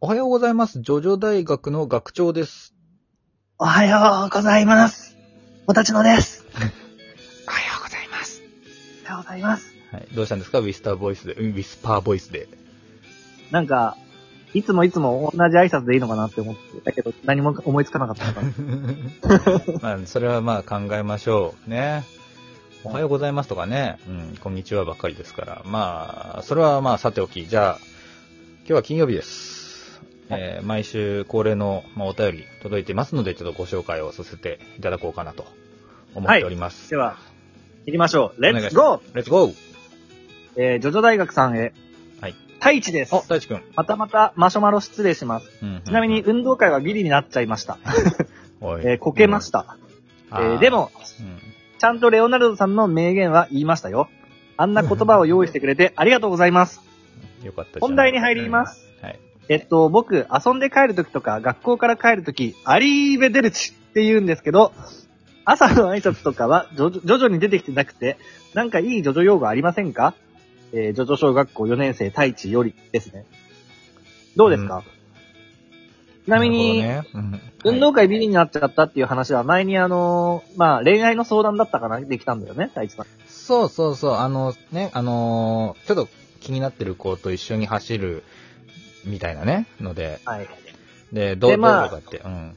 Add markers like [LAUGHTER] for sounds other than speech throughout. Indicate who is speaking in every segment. Speaker 1: おはようございます。ジョジョ大学の学長です。
Speaker 2: おはようございます。 [LAUGHS] おたちのです。
Speaker 1: おはようございます。
Speaker 2: おはようございます。
Speaker 1: はい。どうしたんですかウィスターボイスで、うんウィスパーボイス [LAUGHS] で。
Speaker 2: なんか、いつもいつも同じ挨拶でいいのかなって思ってたけど、何も思いつかなかった [LAUGHS] から。
Speaker 1: まあ、それはまあ考えましょう。ね。おはようございますとかね。うん、こんにちはばっかりですから。まあ、それはまあさておき。じゃあ、今日は金曜日です。えー毎週恒例の、まあ、お便り届いてますので、ちょっとご紹介をさせていただこうかなと思っております。
Speaker 2: では、行きましょう。レ
Speaker 1: お願い
Speaker 2: ッ
Speaker 1: し
Speaker 2: ツゴー
Speaker 1: レッツゴー
Speaker 2: えー、ジョジョ大学さんへ。
Speaker 1: はい。
Speaker 2: 太一です
Speaker 1: お、。大地くん。
Speaker 2: またまたマシュマロ失礼します。
Speaker 1: うん
Speaker 2: ちなみに、、運動会はギリになっちゃいました。
Speaker 1: おい
Speaker 2: えー、こけました。えー、で、も、
Speaker 1: うん
Speaker 2: ちゃんとレオナルドさんの名言は言いましたよ。あんな言葉を用意してくれてありがとうございます。
Speaker 1: よかったじゃん
Speaker 2: 本題に入りま。す。
Speaker 1: はい。
Speaker 2: えっと、僕、遊んで帰るときとか、学校から帰るとき、アリーベデルチって言うんですけど、朝の挨拶とかは、徐々徐々に出てきてなくて、なんかいいジョジョ用語ありませんかえー、ジョジョ小学校4年生太一よりですね。どうですか、ち
Speaker 1: ち
Speaker 2: なみに、運動会ビリになっちゃったっていう話は、前にあのーまあ、恋愛の相談だったかなできたんだよね、太一さん。
Speaker 1: そうそうそう、あのね、あのーちょっと気になってる子と一緒に走るみたいなね、ので、
Speaker 2: はい。
Speaker 1: で、どう、
Speaker 2: でまあ
Speaker 1: どうとかって、うん。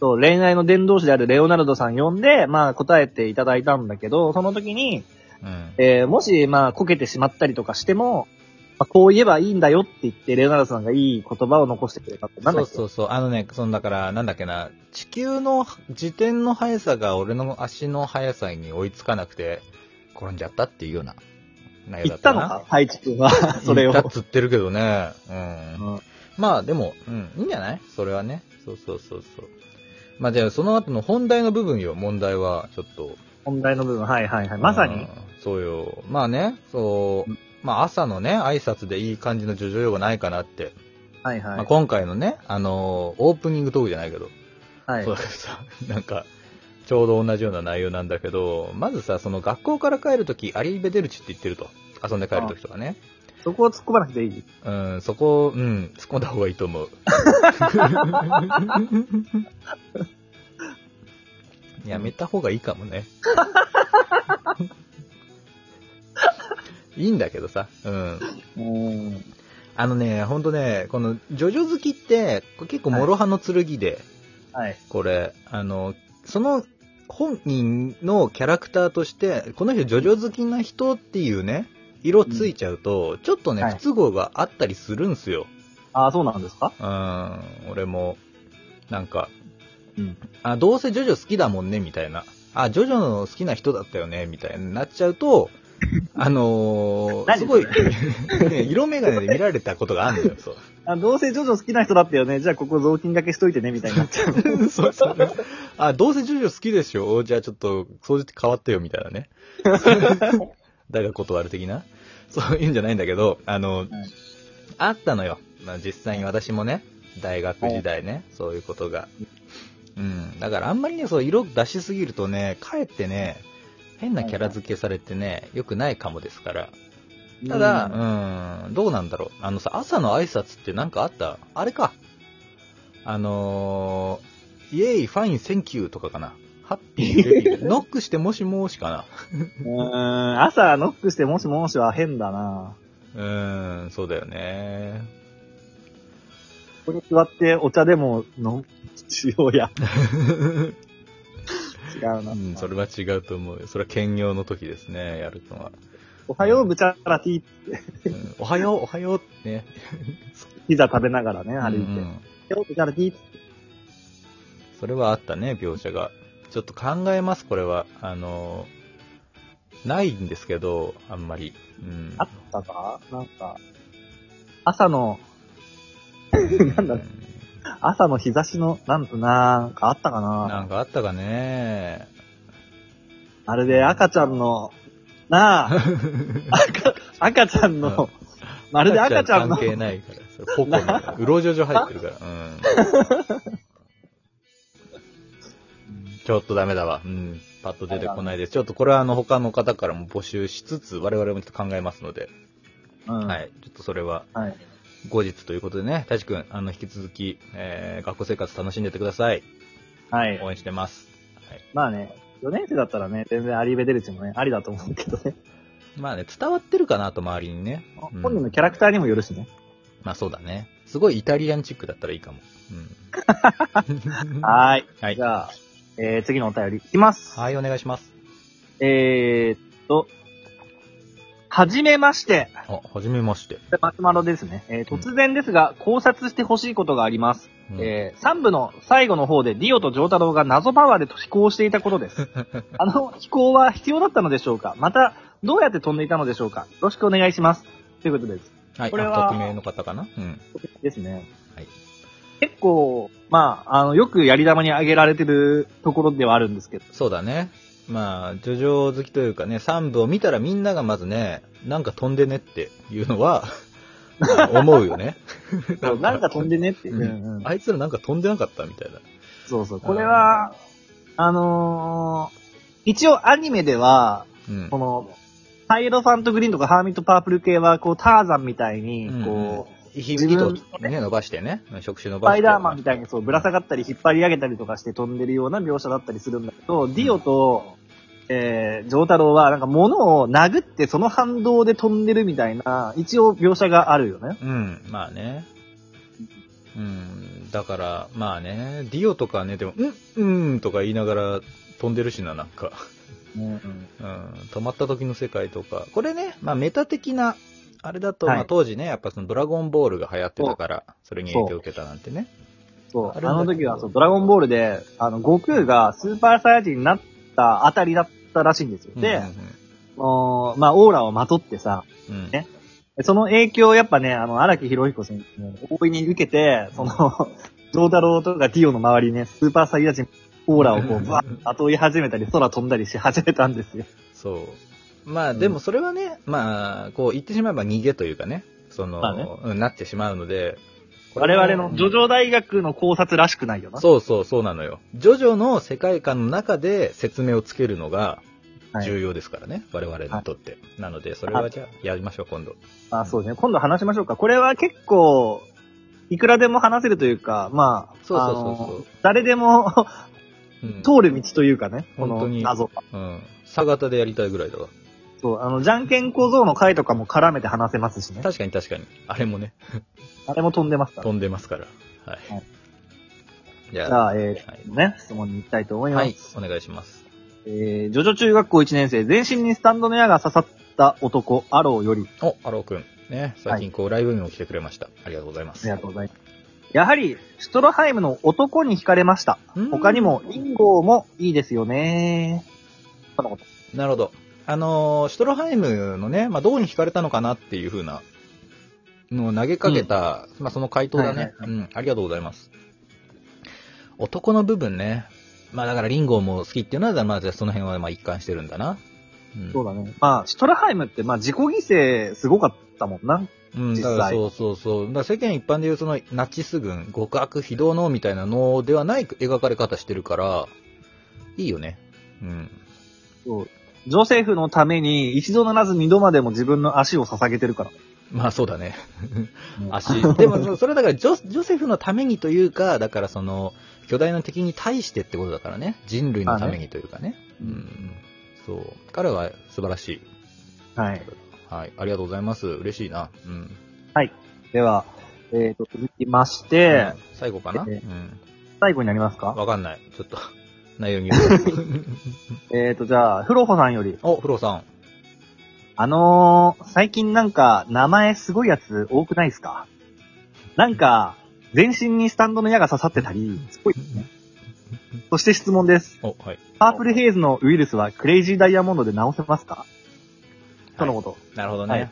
Speaker 2: そう、恋愛の伝道師であるレオナルドさん呼んで、まあ、答えていただいたんだけど、その時に、
Speaker 1: うん。
Speaker 2: えーもし、まあ、こけてしまったりとかしても、まあ、こう言えばいいんだよって言って、レオナルドさんがいい言葉を残してくれたってなん
Speaker 1: そ
Speaker 2: だ
Speaker 1: う
Speaker 2: っけ
Speaker 1: そうそう。あのね、そのだから、なんだっけな、地球の自転の速さが俺の足の速さに追いつかなくて、転んじゃったっていうような内容
Speaker 2: 言
Speaker 1: だ
Speaker 2: っ
Speaker 1: った
Speaker 2: た
Speaker 1: な
Speaker 2: の。か太一君は、それを。
Speaker 1: 言ったっつってるけどね。うん。
Speaker 2: うん
Speaker 1: まあでも、うん、いいんじゃないそれはね。そうそうそうそう。まあじゃあその後の本題の部分よ、問題は、ちょっと。
Speaker 2: 問題の部分、はいはいはい。まさ
Speaker 1: う
Speaker 2: に
Speaker 1: ん。そうよ。まあね、そう、まあ朝のね、挨拶でいい感じの叙々用語ないかなって。
Speaker 2: はいは
Speaker 1: まあ
Speaker 2: い。
Speaker 1: 今回のね、あのーオープニングトークじゃないけど。
Speaker 2: はい
Speaker 1: そう [LAUGHS] だけどさ、なんか、ちょうど同じような内容なんだけど、まずさ、その学校から帰るとき、アリーベデルチって言ってると。遊んで帰るときとかね。
Speaker 2: そこを突っ込まなくていい。
Speaker 1: うん、そこ、うん、突っ込んだ方がいいと思う。やめた方がいいかもね。いいんだけどさ。うん。
Speaker 2: うん。
Speaker 1: あのね、ほんとね、この、ジョジョ好きって、これ結構諸刃の剣で、
Speaker 2: はい。
Speaker 1: これ、あの、その、本人のキャラクターとして、この人、ジョジョ好きな人っていうね、色ついちゃうと、ちょっとね、
Speaker 2: はい
Speaker 1: 不都合があったりするんすよ。
Speaker 2: ああ、そうなんですか
Speaker 1: うん、俺も、なんか、
Speaker 2: うん。
Speaker 1: あ、どうせジョジョ好きだもんね、みたいな。あ、ジョジョの好きな人だったよね、みたいになっちゃう
Speaker 2: [LAUGHS]
Speaker 1: と、あのー、
Speaker 2: 何
Speaker 1: すごい、ね、色眼鏡で見られたことがあるのよ、そう。
Speaker 2: あどうせジョジョ好きな人だったよね。じゃあここ雑巾掛けしといてね、みたいになっちゃう。
Speaker 1: そうそう。あ、どうせジョジョ好きでしょじゃあちょっと、掃除って変わってよ、みたいな [LAUGHS] ね。だが断る的なそういうんじゃないんだけど、あの、あったのよ。まあ、実際に私もね、大学時代ね、そういうことが。うん。だからあんまりね、そう、色出しすぎるとね、かえってね、変なキャラ付けされてね、良くないかもですから。 [LAUGHS] ただ、
Speaker 2: うん
Speaker 1: うん、どうなんだろう。あのさ、朝の挨拶ってなんかあったあれか。あのー、イエイ、ファイン、センキューとかかな。ハッピ
Speaker 2: [LAUGHS]
Speaker 1: ー、ベビーノックしてもしもしか
Speaker 2: うん、朝ノックしてもしもしは変だな
Speaker 1: な。うん、そうだよね。
Speaker 2: ここに座ってお茶でも飲むしよ
Speaker 1: [LAUGHS]
Speaker 2: うや。違うな。
Speaker 1: うん、それは違うと思うよ。それは兼業の時ですね、やるのは。
Speaker 2: おはよう、ブチャラティー、
Speaker 1: うんおはよう、おはようってね。
Speaker 2: ピザ食べながらね、歩いて。
Speaker 1: うんう
Speaker 2: おは
Speaker 1: ん
Speaker 2: よう、ブチャラティー、
Speaker 1: それはあったね、描写が。ちょっと考えます、これは。あのー、ないんですけど、あんまり。うん。
Speaker 2: あったかなんか、朝の、なんだ
Speaker 1: う
Speaker 2: 朝の日差しの、なんとなんかあったかな
Speaker 1: なんかあったか
Speaker 2: [LAUGHS]
Speaker 1: ね。
Speaker 2: あれで赤ちゃんの、
Speaker 1: [LAUGHS]
Speaker 2: なあ、赤、赤ちゃんの、まるで赤ちゃんの
Speaker 1: 関、係ないから。それポコみたいな。うろじょじょ入ってるから。うん。ちょっとダメだわ。うん。パッと出てこないです。ちょっとこれはあの他の方からも募集しつつ、我々もちょっと考えますので。
Speaker 2: うん
Speaker 1: はい。ちょっとそれは、
Speaker 2: はい。
Speaker 1: 後日ということでね、たちくん、あの、引き続き、えー、学校生活楽しんでってください。
Speaker 2: はい。
Speaker 1: 応援してます。
Speaker 2: まあね、4年生だったらね、全然アリーベデルチもね、ありだと思うけどね。
Speaker 1: まあね、伝わってるかなと周りにね。うん
Speaker 2: 本人のキャラクターにもよるしね。
Speaker 1: まあそうだね。すごいイタリアンチックだったらいいかも。
Speaker 2: [LAUGHS]
Speaker 1: うん。
Speaker 2: はーい。
Speaker 1: はい
Speaker 2: じ。ゃあ、えー、次のお便りいきます。
Speaker 1: はい、お願いします。
Speaker 2: えーっと、はじめまして。
Speaker 1: あ、はじめまして。
Speaker 2: マシュマロですね。えー突然ですが、考察してほしいことがあります。
Speaker 1: うん
Speaker 2: えー、3部の最後の方でディオとジョータロウが謎パワーで飛行していたこと
Speaker 1: [LAUGHS]
Speaker 2: です。あの飛行は必要だったのでしょうかまた、どうやって飛んでいたのでしょうかよろしくお願いします。ということです。
Speaker 1: はい、
Speaker 2: これ
Speaker 1: あ
Speaker 2: は
Speaker 1: 匿名の方かなうん。
Speaker 2: ですね。
Speaker 1: はい
Speaker 2: 結構、まあ、あの、よくやり玉に挙げられてるところではあるんですけど。
Speaker 1: そうだね。まあ、ジョジョ好きというかね、3部を見たらみんながまずね、なんか飛んでねっていうの
Speaker 2: [LAUGHS]
Speaker 1: は、思うよね。 [LAUGHS]
Speaker 2: なんか飛んでねって。
Speaker 1: うんあいつらなんか飛んでなかったみたいな。
Speaker 2: そうそう。これは、あのー一応アニメでは、
Speaker 1: うん
Speaker 2: こ。の、パイロファントグリーンとかハーミットパープル系は、こう、ターザンみたいに、こう、
Speaker 1: ひ
Speaker 2: 自分
Speaker 1: 糸をね、伸ばしてね。触手伸
Speaker 2: スパ
Speaker 1: ばして。
Speaker 2: イダーマンみ
Speaker 1: い
Speaker 2: たいにそう、ぶら下がったり引っ張り上げたりとかして飛んでるような描写だったりするんだけど、ディオと、えー、ジョータロウは、なんか物を殴ってその反動で飛んでるみたいな、一応描写があるよね。
Speaker 1: うん、まあね。うん、だから、まあね、ディオとかね、でも、うん、うんとか言いながら飛んでるしな、なんか。うん、止まった時の世界とか。これね、まあメタ的な、あれだと、
Speaker 2: はい
Speaker 1: まあ当時ね、やっぱそのドラゴンボールが流行ってたから、それに影響を受けたなんてね。
Speaker 2: そう、
Speaker 1: あ
Speaker 2: あ
Speaker 1: れなんだ
Speaker 2: の時はそう、ドラゴンボールで、あの、悟空がスーパーサイヤ人になったあたりだったらしいんですよ。で、おーまあ、オーラをまとってさ、
Speaker 1: うん、うん。
Speaker 2: ねその影響をやっぱね、あの、荒木博彦選手も大いに受けて、その、 [LAUGHS] ジョータロウとかディオの周りにね、スーパーサイヤ人オーラをこ
Speaker 1: [LAUGHS]
Speaker 2: う、バーッと後追い始めたり、空飛んだりし始めたんですよ。
Speaker 1: そう。まあでもそれはね、まあ、こう言ってしまえば逃げというかね、その、
Speaker 2: まあね
Speaker 1: うん、なってしまうので、こ
Speaker 2: 我
Speaker 1: れは
Speaker 2: 々のジョジョ大学の考察らしくないよな。
Speaker 1: そうそう、そうなのよ。ジョジョの世界観の中で説明をつけるのが
Speaker 2: はい
Speaker 1: 重要ですからね、我々にとって。なので、それはじゃあ、やりましょう、今度。
Speaker 2: あそうですね。今度話しましょうか。これは結構、いくらでも話せるというか、まあ、
Speaker 1: そうそうそうそう
Speaker 2: あの誰でも [LAUGHS]
Speaker 1: うん。
Speaker 2: 通る道というかね、こ
Speaker 1: 本当
Speaker 2: の
Speaker 1: に
Speaker 2: 謎。
Speaker 1: うん。差型でやりたいぐらいだわ。
Speaker 2: そう、あの、じゃんけん小僧の回とかも絡めて話せますしね。
Speaker 1: 確かに確かに。あれも
Speaker 2: [LAUGHS]
Speaker 1: ね、
Speaker 2: あれも飛んでますから。
Speaker 1: 飛んでますから。はい
Speaker 2: はい。
Speaker 1: じ
Speaker 2: じ
Speaker 1: ゃあ、
Speaker 2: ゃあ、え
Speaker 1: はい
Speaker 2: ー、ね、質問に行きたいと思います。
Speaker 1: はい、お願いします。
Speaker 2: えー、ジョジョ中学校1年生、全身にスタンドの矢が刺さった男、アローより、
Speaker 1: お、アローくん。ね、最近こう、ライブにも来てくれました。ありがとうございま
Speaker 2: あ
Speaker 1: す。
Speaker 2: りがとうございます。やはり、シュトロハイムの男に惹かれました。
Speaker 1: うん
Speaker 2: 他にも、リンゴもいいですよね。そのこと。
Speaker 1: なるほど。あのーシュトロハイムのね、まあ、どこに惹かれたのかなっていうふうなのを投げかけた、まあ、その回答だね、
Speaker 2: はい
Speaker 1: うん。ありがとうございます。男の部分ね。まあだからリンゴも好きっていうのは、まあじゃあその辺はまあ一貫してるんだな。うん、
Speaker 2: そうだね。まあ、シュトロハイムって、まあ、自己犠牲すごかったもんな。
Speaker 1: うん、だ
Speaker 2: 実
Speaker 1: か
Speaker 2: 際
Speaker 1: らそうそうそう。だから世間一般でいうそのナチス軍、極悪非道のみたいなのではない描かれ方してるから、いいよね。うん。
Speaker 2: そう。ジョセフのために、一度ならず二度までも自分の足を捧げてるから。
Speaker 1: まあそうだね。足。でも、そそれはだからジョ、ジョセフのためにというか、だからその、巨大な敵に対してってことだからね。人類のためにというかね。う
Speaker 2: まあね
Speaker 1: ん。そう。彼は素晴らしい。
Speaker 2: はい。
Speaker 1: はい。ありがとうございます。嬉しいな。うん。
Speaker 2: では、えーと、続きまして、
Speaker 1: うん最後かな、
Speaker 2: ええ
Speaker 1: うん。
Speaker 2: 最後になりますか
Speaker 1: わかんない。ちょっと、内容によ
Speaker 2: [LAUGHS]
Speaker 1: る。
Speaker 2: えーと、じゃあ、フロホさんより、
Speaker 1: お、フロー
Speaker 2: [LAUGHS]
Speaker 1: さ
Speaker 2: あのー、最近なんか、名前すごいやつ多くないですかなんか、全身にスタンドの矢が刺さってたり、すごい。そして質問です。
Speaker 1: ん。お、はい。
Speaker 2: パープルヘイズのウイルスはクレイジーダイヤモンドで治せますかとのこと。
Speaker 1: なるほど
Speaker 2: は
Speaker 1: ね
Speaker 2: い。
Speaker 1: うん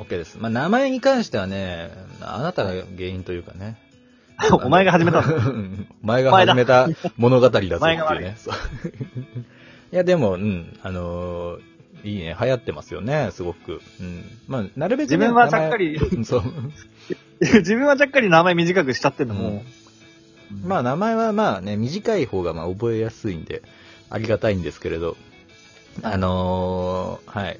Speaker 1: オッケーです。まあ、名前に関してはね、あなたが原因というかね。
Speaker 2: [LAUGHS] お前が始めたの。
Speaker 1: うん [LAUGHS] お前が始めた物語だぞっていう
Speaker 2: お前が悪
Speaker 1: ね。そう [LAUGHS] いや、でも、うん、あのーいいね、流行ってますよね、すごく。うん。まあ、なるべくね、
Speaker 2: [LAUGHS] 自分はちゃっかり、
Speaker 1: 名前。そう。
Speaker 2: 自分はちゃっかり名前短くしちゃってんの
Speaker 1: う
Speaker 2: も
Speaker 1: ん
Speaker 2: う。
Speaker 1: まあ、名前はまあね、短い方がまあ覚えやすいんで、ありがたいんですけれど、あのーはい。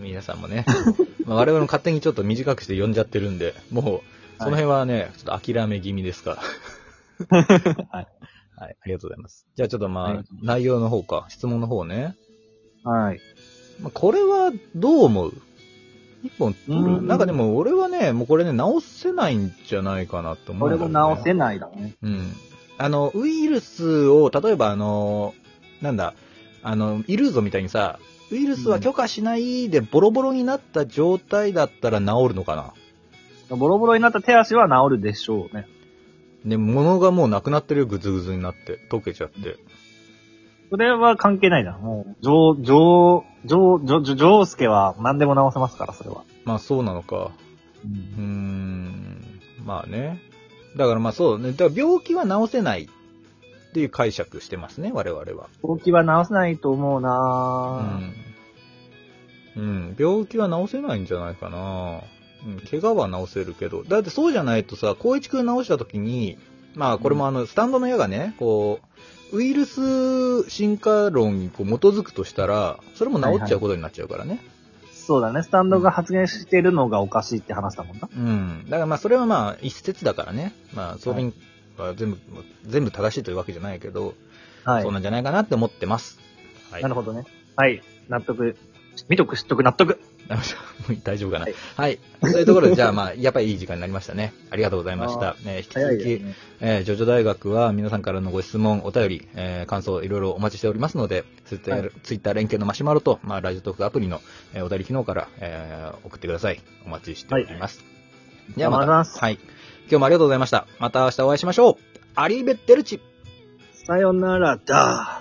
Speaker 1: 皆さんもね。
Speaker 2: [LAUGHS]
Speaker 1: まあ我々も勝手にちょっと短くして呼んじゃってるんで、もう、その辺はね、ちょっと諦め気味です
Speaker 2: [LAUGHS]
Speaker 1: か。
Speaker 2: はい。
Speaker 1: はい、ありがとうございます。じゃあちょっとまあ、
Speaker 2: ありがとうござ
Speaker 1: 内容の方か、質問の方ね。
Speaker 2: はい。
Speaker 1: まあ、これはどう思う一本取
Speaker 2: う
Speaker 1: る
Speaker 2: ん
Speaker 1: なんかでも俺はね、もうこれね、直せないんじゃないかなと思
Speaker 2: こ
Speaker 1: う、
Speaker 2: れ
Speaker 1: ね。
Speaker 2: も直せないだね。
Speaker 1: うん。あの、ウイルスを、例えばあの、なんだ、あの、いるぞみたいにさ、ウイルスは許可しないでボロボロになった状態だったら治るのかな
Speaker 2: ボロボロになった手足は治るでしょうね。
Speaker 1: で、物がもうなくなってるよ、ぐずぐずになって、溶けちゃって。
Speaker 2: それは関係ないじゃん。もう、上、上、上、上、上、上介は何でも直せますから、それは。
Speaker 1: まあそうなのか。うーん、まあね。だからまあそうね。だから病気は治せないっていう解釈してますね、我々は。
Speaker 2: 病気は治せないと思う
Speaker 1: う
Speaker 2: なぁ、
Speaker 1: ん。うん、病気は治せないんじゃないかな。うん、怪我は治せるけど。だってそうじゃないとさ、光一くん治した時に、まあこれもあの、スタンドの矢がね、こう、ウイルス進化論にこう基づくとしたら、それも治っちゃうことになっちゃうからね。
Speaker 2: そうだね。スタンドが発言してるのがおかしいって話だもんな。
Speaker 1: うん。だからまあそれはまあ一説だからね。まあそれは全部、全部正しいというわけじゃないけど、
Speaker 2: はい
Speaker 1: そう。なんじゃないかなって思ってます。はい。
Speaker 2: なるほどね。はい。納得。見とく、知っとく、納得。
Speaker 1: なるほど。もう [LAUGHS] 大丈夫かな。は
Speaker 2: はいい。
Speaker 1: そういうところで、じゃあまあ、やっぱりいい時間になりましたね。ありがとうございました。えー引き
Speaker 2: 早
Speaker 1: 続
Speaker 2: い
Speaker 1: き、
Speaker 2: ですね。
Speaker 1: えージョジョ大学は皆さんからのご質問、お便り、えー感想、いろいろお待ちしておりますので、ツイッター、
Speaker 2: はい
Speaker 1: ツイッター連携のマシュマロと、まあ、ラジオトークアプリの、えーお便り機能から、えー送ってください。お待ちしております。ではま
Speaker 2: お願
Speaker 1: た、
Speaker 2: いします
Speaker 1: はい。今日もありがとうございました。また明日お会いしましょう。アリーベッテルチ。
Speaker 2: さよならだ。